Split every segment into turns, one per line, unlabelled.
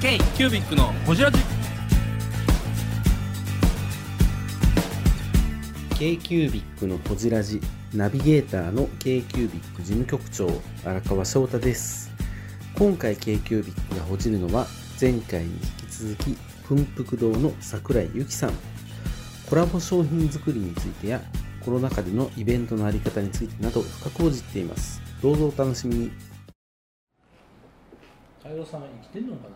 ケイキュービックのホジラジ
k q u b i c のほじラジナビゲーターの k q u b i c 事務局長荒川翔太です今回 k q u b i c がほじるのは前回に引き続き文福堂の桜井由紀さんコラボ商品作りについてやコロナ禍でのイベントのあり方についてなど深くほじっていますどうぞお楽しみに
カイロさん生きてんのかな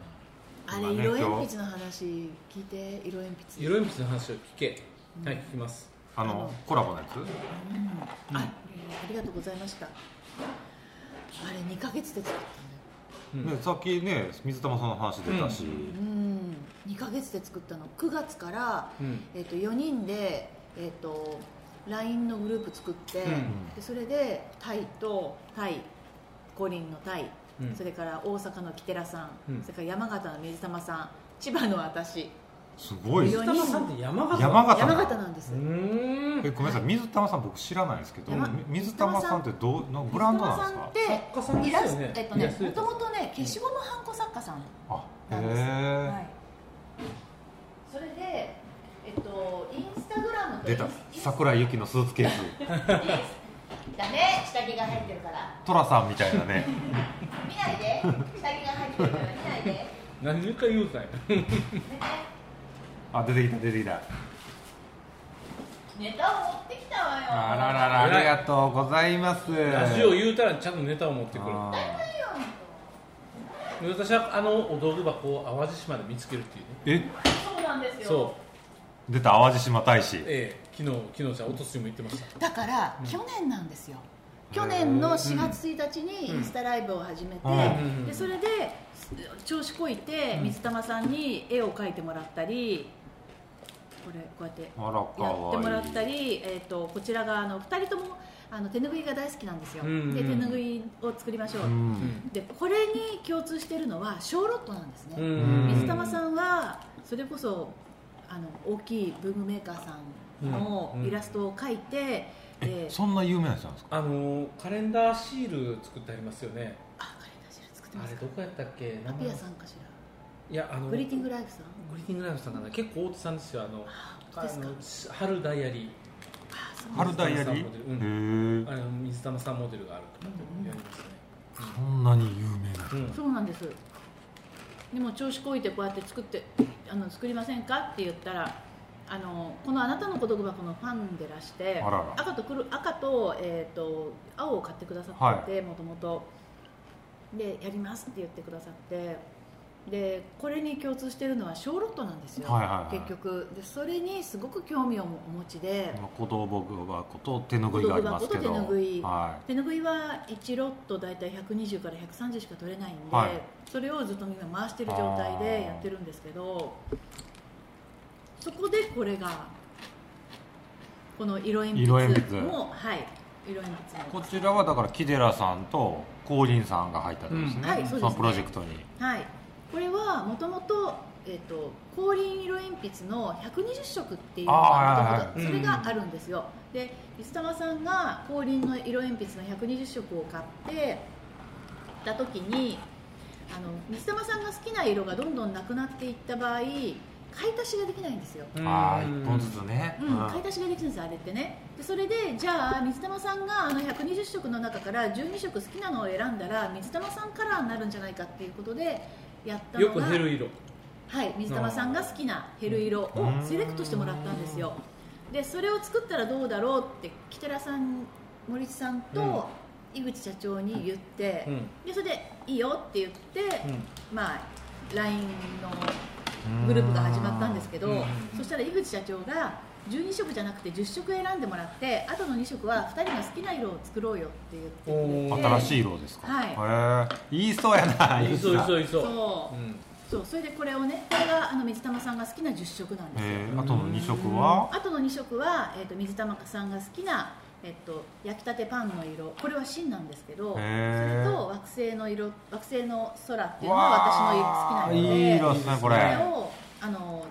あ
ま
れ
あね
色鉛筆の話聞いて色鉛筆
色鉛筆の話を聞けはい聞きます
あのコラボのやつ
あありがとうございましたあれ2ヶ月で作った
うん
ねさっきね水玉さんの話出たし、
のようん2ヶ月で作ったの9月から、
うん
えっと4人で、えっと LINE のグループ作って、
うん
でそれでタイとタイ五輪のタイ、
うん
それから大阪のキテラさん、
うん
それから山形の水玉さん千葉の私
すごい
いや
山
い
北野さんって山形
形なん
山形なんです
うーん
えごめんなさい水玉さん僕知らないですけど
山
み水玉さんってどうなブランドなんですか
水玉
作家さ
さん
ん
っ
です
てイラ
よ
ス
ね
えっと
イラ
ね
ストレーター
もともとね消しゴムはんこ作家さん
あ
なんですは
へ
い、それで、えっと、インスタグラム
え
と
出た
インス
桜井由紀のスーツケース
だね下着が入ってるから
寅さんみたいなね
見ないで下着が入ってるから見ないで、ね、
何回言うたんや
あ出てきた出てきた
ネタを持ってきたわよ
あらららありがとうございます
ラジオ言うたらちゃんとネタを持ってくる
あ
私はあのお道具箱を淡路島で見つけるっていうね
ーえ
そうなんですよ
そう
出た淡路島大使
ええ昨日昨日じゃんおとつにも言ってました
だから、去年なんですよ去年の4月1日にインスタライブを始めて、
うん
でそれです調子こいて水玉さんに絵を描いてもらったりこれこうやって
あらか
やってもら
わ
っ
いい
たり、えー、とこちらがあの2人ともあの手ぬぐいが大好きなんですよ、
うんうん
で手ぬぐいを作りましょう、
うん
でこれに共通しているのは小ロットなんですね、
うん
水玉さんはそれこそあの大きい文具メーカーさんの
うんうん
イラストを描いて、
え
で
そんな有名な人なんですか
あのカレンダーシール作ってありますよね
あカレンダーシール作って
あ
ま
れ
すか
どこやったっけ
ア
名前
ピアさんかし
いやあ
ら
の
グリーティング
ラ
ライフさん
グリーティングライフさんかな結構大手さんですよあの
本当ですか
あの春ダイアリー
あそう
春ダイア
水玉さ
リ
んモデルうん
ーへえ
あの水玉さんモデルがあるとかってやりますね
そんなに有名な
うん
そうなんですでも調子こいてこうやって作ってあの作りませんかって言ったらあのこのあなたの孤独箱のファンでらして
あらら
赤と黒赤と,、えー、と青を買ってくださっててもともとでやりますって言ってくださってでこれに共通してるのは小ロットなんですよ、
はいはいはい
結局でそれにすごく興味をお持ちで
まあ小道具箱と手ぬぐいがありますけど
小道具箱と手ぬぐい
は
手ぬぐいは1ロット大体120から130しか取れないんで、
はい
それをずっとみんな回してる状態でやってるんですけどそこでこれがこの色鉛筆も
色鉛筆
はい色鉛筆
い、
も
こちらはだから木寺さんと光琳さんが入ったんですね、
うん
はいそうですね
のプロジェクトに
はいこれはもともと,、えー、と光輪色鉛筆の120色っていうの
あー
が
はい
はい
それがあるんですよ、で水玉さんが光輪の色鉛筆の120色を買ってた時にあの水玉さんが好きな色がどんどんなくなっていった場合買い足しができないんですよ、
うん
ああ1本ずつね、
うん買い足しができるんですよあれってねでそれでじゃあ水玉さんがあの120色の中から12色好きなのを選んだら水玉さんカラーになるんじゃないかっていうことでやったの
よ
が
く減る色
はい、水玉さんが好きなヘル色を
うん
セレクトしてもらったんですよでそれを作ったらどうだろうって木寺さん森地さんと井口社長に言って、
うん
でそれでいいよって言って、
う
まあ LINE のグループが始まったんですけど、
うん
そしたら井口社長が12色じゃなくて10色選んでもらってあとの2色は2人の好きな色を作ろうよって言ってくれ
お
て
ー
新しい色ですか、
はい
へえ言いそうやなん
いそういそういそう
そう
うん
そうそれでこれをねこれがあの水玉さんが好きな10色なんですよ、
えあとの2色は
あとの2色は、えー、と水玉さんが好きな、えっと焼きたてパンの色これは芯なんですけどそれ
へー
と惑星の色惑星の空っていうの
わ
は
あ
私の好きな色で
いい色ですねこ
こ
れ
れをあの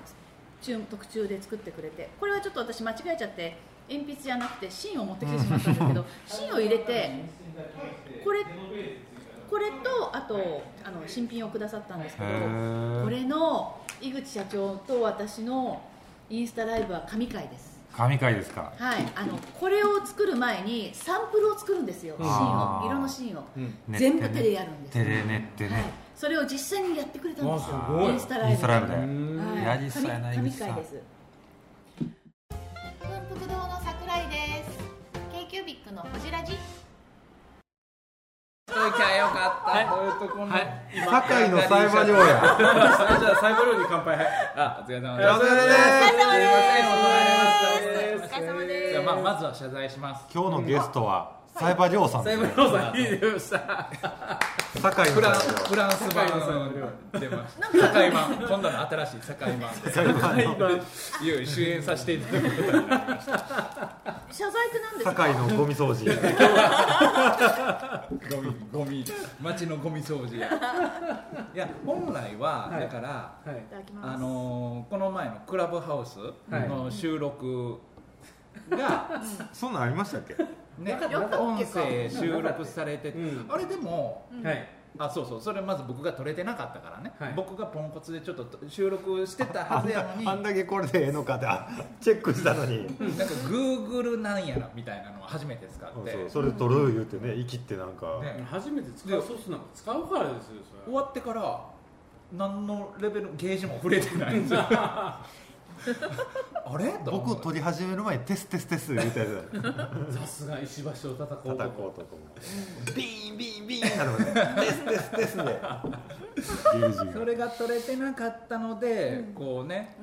注特注で作ってくれてこれはちょっと私間違えちゃって鉛筆じゃなくて芯を持ってきてしまったんですけど芯を入れてこれこれとあとあの新品をくださったんですけど
ー
これの井口社長と私のインスタライブは神回です
神回ですか
はいあのこれを作る前にサンプルを作るんですよシーン
あ
を
ー
色のシーンを
うん
練って
全
ね
部手でやるんです
手で練って
はい
ね、
それを実際にやってくれたんです
わあ
よ
すごい
インスタライブ
インスタライブで
はい
やりそうやな
神
井口さん
神回です
文福堂の桜井です。k イキュービックのほじラジ。
ときゃよかった、こういうとこの、
はい、今
堺のサイバー寮 や
じゃあサイバー寮に乾杯はい
あ、お疲れ様
お疲れ様です
お
です
疲れ様です
じゃあまあまずは謝罪します
今日のゲストはサイバー寮さん
サ
で
イ
す
バ
ね
ーさんいいでした
堺の
フ
サイ
ラン
バ
ス
ー
フランス版の出ました堺版今度の新しい堺版でいう主演させていただくことになりまし
謝罪って何で
寮
すか
堺のゴミ掃除
たゴミゴミ街のゴミ掃除いや本来はだから
はい
いただきます
あのーこの前のクラブハウスの収録が
そんなんありましたっけ
ね
やったっけか
音声収録されてて
うん
あれでも
はい
あそうそうそれまず僕が撮れてなかったからね、
はい
僕がポンコツでちょっと収録してたはずやのに
あ
なんんか
だけこれでええのかってあチェックしたのに
Google なんやらみたいなのを初めて使っ
そう
て
それ取る言うてね息ってなんか、
ね
初めて使うソースなんか使うからですよそ
終わってから何のレベルゲージも触れてないんです よあれと思
僕を
って
取り始める前にテステステス言うたやつ だ
れさすが石橋を叩こう
叩
と
こうとこうビーンビーンビーンなのねテステステスでゲージ
それが取れてなかったので、こうね、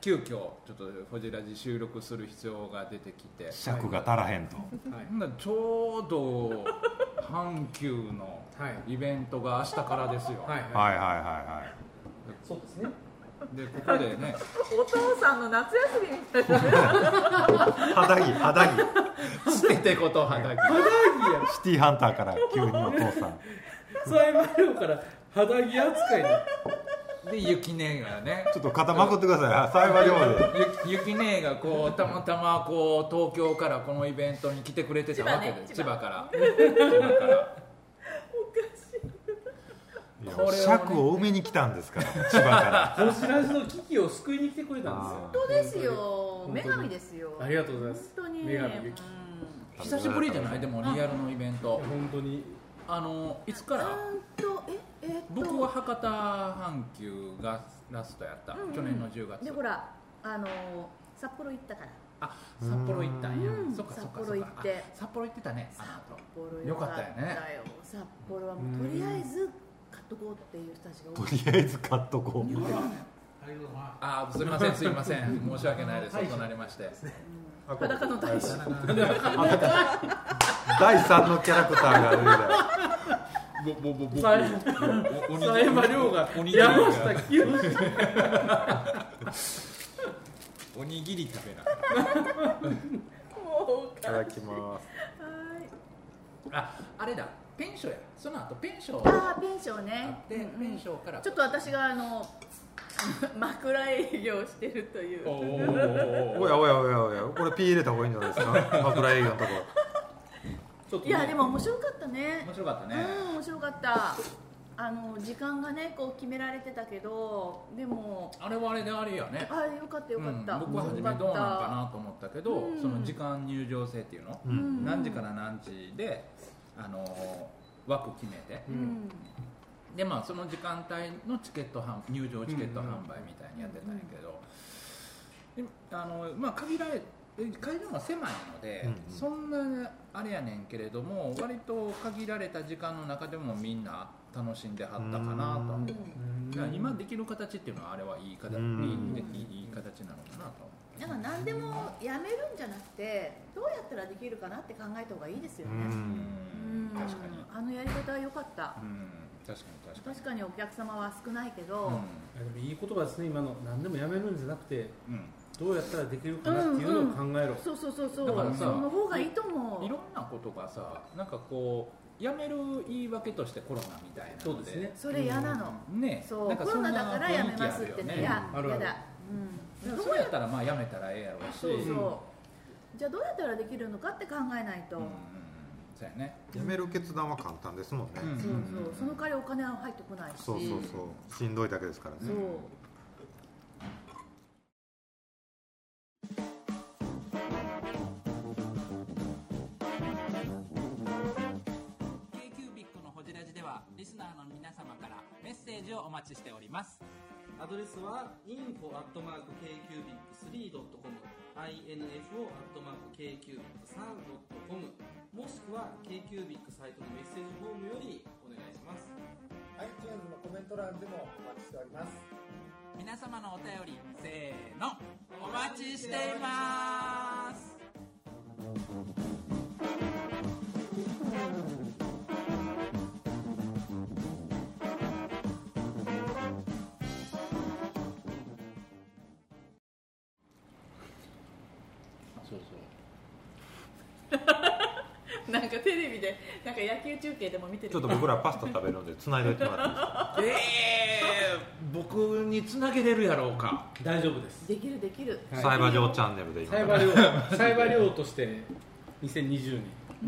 急遽ちょっとホジラジ収録する必要が出てきて
尺が足らへんと
はい
ほんならちょうど阪急の
はい
イベントが明日からですよ、
はいは
はいはいはいはい
そうですね
でここでね
お父さんの夏休みみたいな。
肌着肌着
「捨ててことはだ
肌着や
シティハンターから急にお父さん
サイバー寮から肌着扱いに
き」で雪姉がね
ちょっと肩まくってくださいサイバー寮で
ゆ雪姉がこうたまたまこう東京からこのイベントに来てくれてたわけで千葉,、から千葉から
いや
これをね
尺を埋めに来たんですから千葉から
ホシラジの危機を救いに来てくれたんですよ
あ
本当ですよ
本当
女
に
神ですよ
ありがとうございます
本当に
女神ゆき
う
久しぶりじゃないでもリアルのイベント
本当に
あのいつか
んう
ら
ーんとええーっと
僕は博多阪急がラストやった、
うんうん
去年の10月
でほらあのー札幌行ったから
あ札幌行ったんや、
うん
そっかそっかそっか
札幌行って
あ札幌行ってたねあの後
札幌
よかったよね
札幌はもうとりあえず買っとこうっていう人たちが多
と
い
りあえず買っとこう
あすみませんすみません申し訳ないです遅なりまして
裸の大使
第3のキャラクターが出てきた
ぼぼぼぼ
サイサイバー寮が山下清
おにぎり食べな
い
がら
ただきます
ああれだペンションやその後ペンション
ああペンション
あ
ね
ってペンションから
ちょっと私があの 枕営業してるという
おーおーおー
おやおやおやおやこれピー入れた方がいいんじゃないですか枕営業のとこ
ちょっと
いやでも面白かったね
面白かったね
うん面白かったあの時間がねこう決められてたけどでも
あれはあれであれやね
ああよかったよかった、
うん、僕は初めどうなんかなと思ったけど、
うん
その時間入場制っていうの、
うん
何時から何時で、あのー枠決めて、
うん、うん
でまあその時間帯のチケット販入場チケット販売みたいにやってたんやけど、であのまあ限られ会場も狭いので、
うんうん
そんなあれやねんけれども割と限られた時間の中でもみんな楽しんではったかなと、
うん
だから今できる形っていうのはあれはいい形、
うん
いいいいいい形なのかなと。
なんか何でもやめるんじゃなくてどうやったらできるかなって考えた方がいいですよ
う
ね
ん
うん
確かに、
あのやり方は良かった
うん、確かに確かに
確かにお客様は少ないけど、
でもいい言葉ですね今の何でもやめるんじゃなくて
うん、
どうやったらできるかなっていうのを考えろ、
そうそうそうそう
だからさ
その方がいいと思う
いろんなことがさなんかこうやめる言い訳としてコロナみたいなので
そうですね
それ嫌なの、
ね
そう
なん
コ
かそ
ロ
んな
ナだからやめますっ
雰囲
て
気あ
ねい
るよ
や
あるある
やだ、
だ
うん、ど
から
う
そう
や
やったらまあやめたらええやろうし
そうそう、
うん
じゃあどうやったらできるのかって考えないと、
うんそうやね
やめる決断は簡単ですもんね、
うん
そうそうその代わりお金は入ってこないし
そうそうそうしんどいだけですから
そ
ね
う
キュービックのホジラジではリスナーの皆様からメッセージをお待ちしております
アドレスは info.kcubic3.com info.kcubic3.com もしくは KQBIC サイトのメッセージフォームよりお願いします
iTunes のコメント欄でもお待ちしております
皆様のお便りせーのお待ちしています
そうそう
なんかテレビでなんか野球中継でも見てる
ちょっと僕らパスタ食べるんで繋いでおいてもらっていいですか
えー、僕につなげれるやろうか
大丈夫です
できるできる
はい
サイバー嬢チャンネルで今
サイバー 量サイバー量として2020年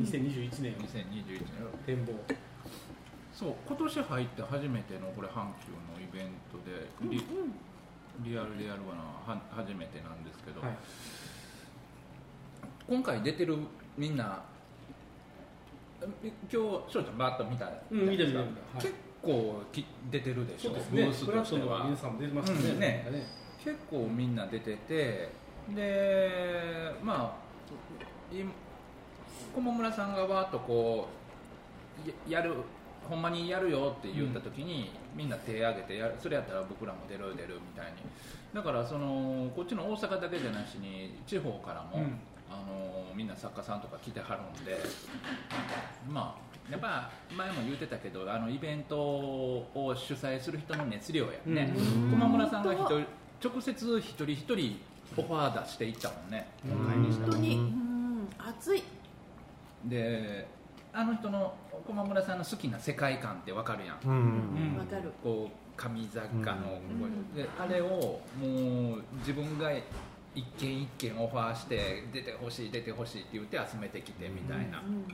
2021年を
2021年
展望
そう今年入って初めてのこれ阪急のイベントでリ,、リアルリアルはなは初めてなんですけど、
はい
今回出てるみんなえ今日翔ちゃんバーッと見た
うん見て
て
る見てるはい
結構き出てるでし
そ
ょ
うです
ブ
ね
ース
クラ
と
フ
し
ト
て
の
は
皆さんも出てましたね,、
うんね結構みんな出ててでまあい駒村さんがわーっとこうややるほんまにやるよって言った時に、みんな手挙げてやるそれやったら僕らも出る出るみたいにだからそのこっちの大阪だけじゃなしに地方からも、
うん
あのみんな作家さんとか来てはるんでまあやっぱ前も言ってたけどあのイベントを主催する人の熱量やね、駒村さんが一人直接一人一人オファー出していったもんね
本当にうん熱い
であの人の駒村さんの好きな世界観ってわかるやん
うん、
わかる
こう神坂の、
ん
であれをもう自分が一軒一軒オファーして出てほしい出てほしいって言って集めてきてみたいな、
うん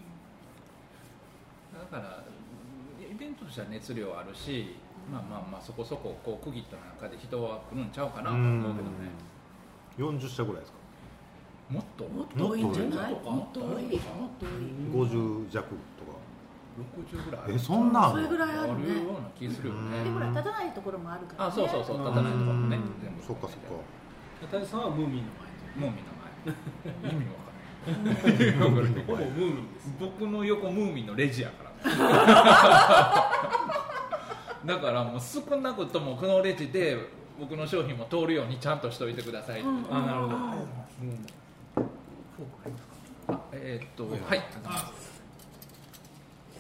だからイベントとしては熱量あるし、まあまあまあそこそここう区切った中で人は来るんちゃうかなと思うけどね、
うん40社ぐらいですか
もっと
もっと多いんじゃない
も
も
っ
っ
と
と
多い
多いもっと多い
50弱とか
60ぐらいある
えそんなん
それぐらい
あ
ある
るよう
ね
な気するよ
うん
でほ
ね
ら立たないところもあるから、ね、
あそうそうそう立たないとかもね全部
そっかそっか
渡辺さんはムーミンの
ムーミンの前意味わかんない
前ほぼムーミンです
僕の横ムーミンのレジやからねだからもう少なくともこのレジで僕の商品も通るようにちゃんとしといてください、
うん
あなるほど
あえーっとはい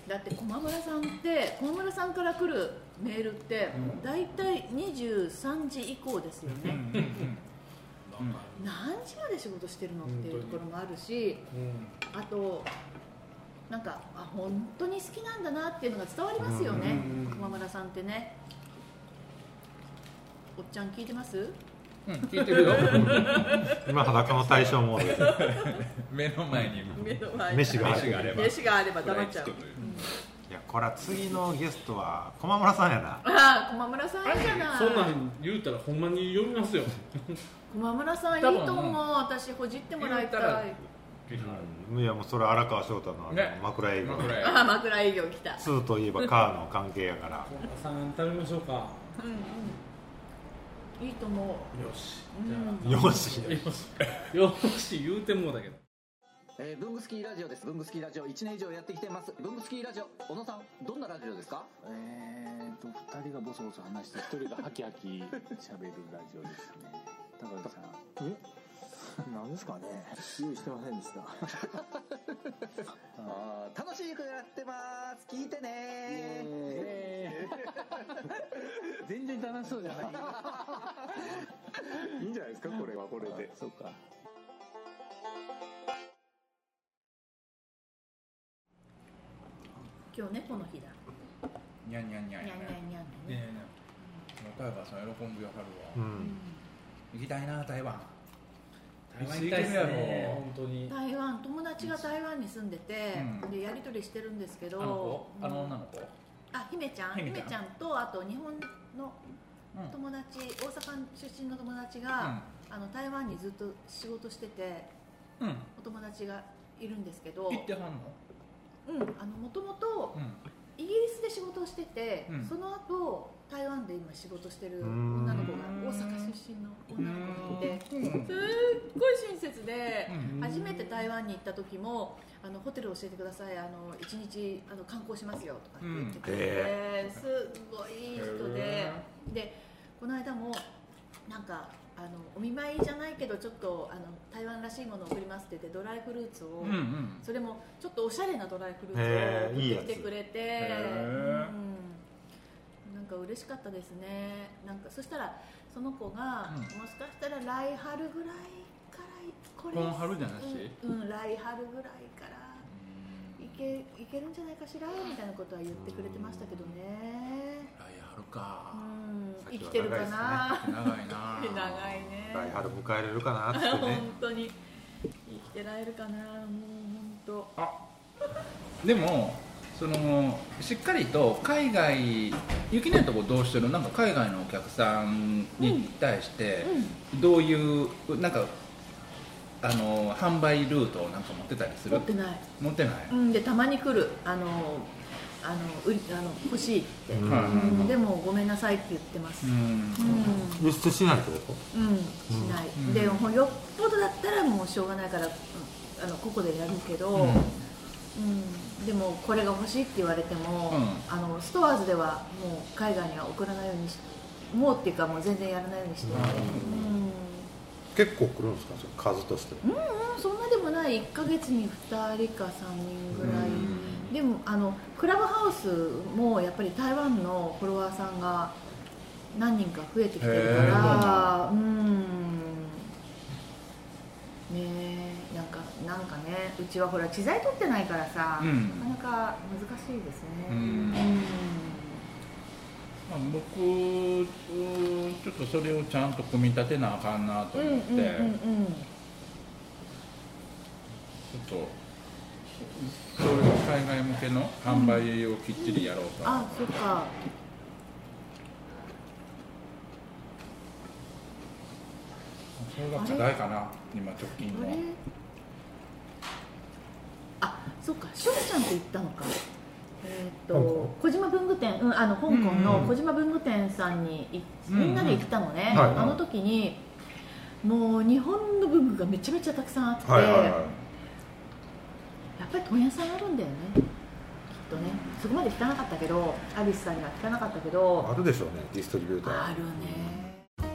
だって駒村さんって駒村さんから来るメールって大体23時以降ですよね、何時まで仕事してるのっていうところもあるしあとなんかあ本当に好きなんだなっていうのが伝わりますよね駒村さんってねおっちゃん聞いてます
うん、聞いてるよ
今裸の対象モードです
目の前に
目の前
飯が
飯があれば
飯があれば黙っちゃう
食らいつくという
いやこれは次のゲストは駒村さんやな
ああ駒村さんいいじゃない
そんなん言うたらほんまに読みますよ
駒村さんいいと
多分う
思う私ほじってもらいた
言うたら
い
うんいやもうそれ荒川翔太のあの
ね
枕営業
これ
ああ枕営業来た
2といえばカーの関係やから
渡さん食べましょうかよ
いいと思う
し
よし
じゃあよし言うてもうだけど
えー、ブングスキーラジオです。ブングスキーラジオ1年以上やってきてます。ブングスキーラジオ、小野さん、どんなラジオですかえーと、2人がボソボソ話して、1人がハキハキ喋るラジオですね。高橋さん。え何ですかね用意してませんで した。あー楽しくやってます。聞いてね全然楽しそうじゃない。いいんじゃないですか、これはこれで。そうか。
今日猫の日だ
にゃんにゃんにゃん
にゃ
や
んにゃ
ね
んにゃん
ねえねえもうタイガーさん喜んでやはるわ、
うん
行きたいな台湾
台湾行きたいっすね
いつ行けるやろ
本当に
台湾友達が台湾に住んでて、
うん
でやり取りしてるんですけ
あの
ど
子あの
うん
女の子
あ姫ちゃん
姫
姫
ち
ち
ゃ
ゃ
ん
んとあと日本の
うん
友達、大阪出身の友達が、あの台湾にずっと仕事してて
うん
お友達がいるんですけど
行ってはんの
うんあのもともと
うん
イギリスで仕事をしてて、
うん
その後台湾で今仕事してる女の子が
うん
大阪出身の女の子がいてすっ
うん
ごい親切で、
うん
初めて台湾に行った時もあのホテル教えてくださいあの1日あの観光しますよとかって言ってくれて、
うん
すっごいいい人ででこの間もなんかあのお見舞いじゃないけどちょっとあの台湾らしいものを送りますって言ってドライフルーツを、
うんうん
それもちょっとおしゃれなドライフルー
へ
ツを
ーいい
送
やつ
ってきてくれて、
へ
うん、なんか嬉しかったですねなんかそしたらその子が、
うん
もしかしたら来春ぐらいからこれ
この春じゃなし
うん、うん、来春ぐらいからいけいけるんじゃないかしらみたいなことは言ってくれてましたけどね
来春か
うん生
先
き
は
てるかな
長いな
長いね
来春迎えれるかなっつっ
本
てね
当に生きてられるかなもう本当
でもそのしっかりと海外ゆきねんとこどうしてるなんか海外のお客さんに対してどういう、なんかあの販売ルートをなんか持ってたりする
持ってない
持ってない、
うん、でたまに来るあのあのうりあの欲しいって、
うん
はい
うんでもごめんなさいって言ってます、
う
うんん
輸出しないってこと
うんしない、
ん
でほよっぽどだったらもうしょうがないからうんあのここでやるけど、うんでもこれが欲しいって言われても、
う
あのストアーズではもう海外には送らないようにしもうっていうかもう全然やらないようにしてるんで、うん
結構来るんですかその数として
うんそんなでもない1ヶ月に2人か3人ぐらい、でもあのクラブハウスもやっぱり台湾のフォロワーさんが何人か増えてきてるからうんねえなんかなんかねうちはほら知財取ってないからさ、
うん
なかなか難しいですね
うんまあ、僕うんちょっとそれをちゃんと組み立てなあかんなと
うん
思って、
うんうんうんうん
ちょっとそういう海外向けの販売をきっちりやろうと、
あそっか
それが課題かな今直近
あ
の
れあそっか翔ちゃんと行ったのかえーっ
香
と小島文具店、うん、あの香港
うん
の
うん
小島文具店さんにい
うんうん
みんなで行ったのね、
はいはい
あの時にもう日本の文具がめちゃめちゃたくさんあって、
はいはいはい
やっぱり問屋さんあるんだよねきっとねそこまで聞かなかったけどアビスさんには聞かなかったけど
あるでしょうねディストリビューター
あるね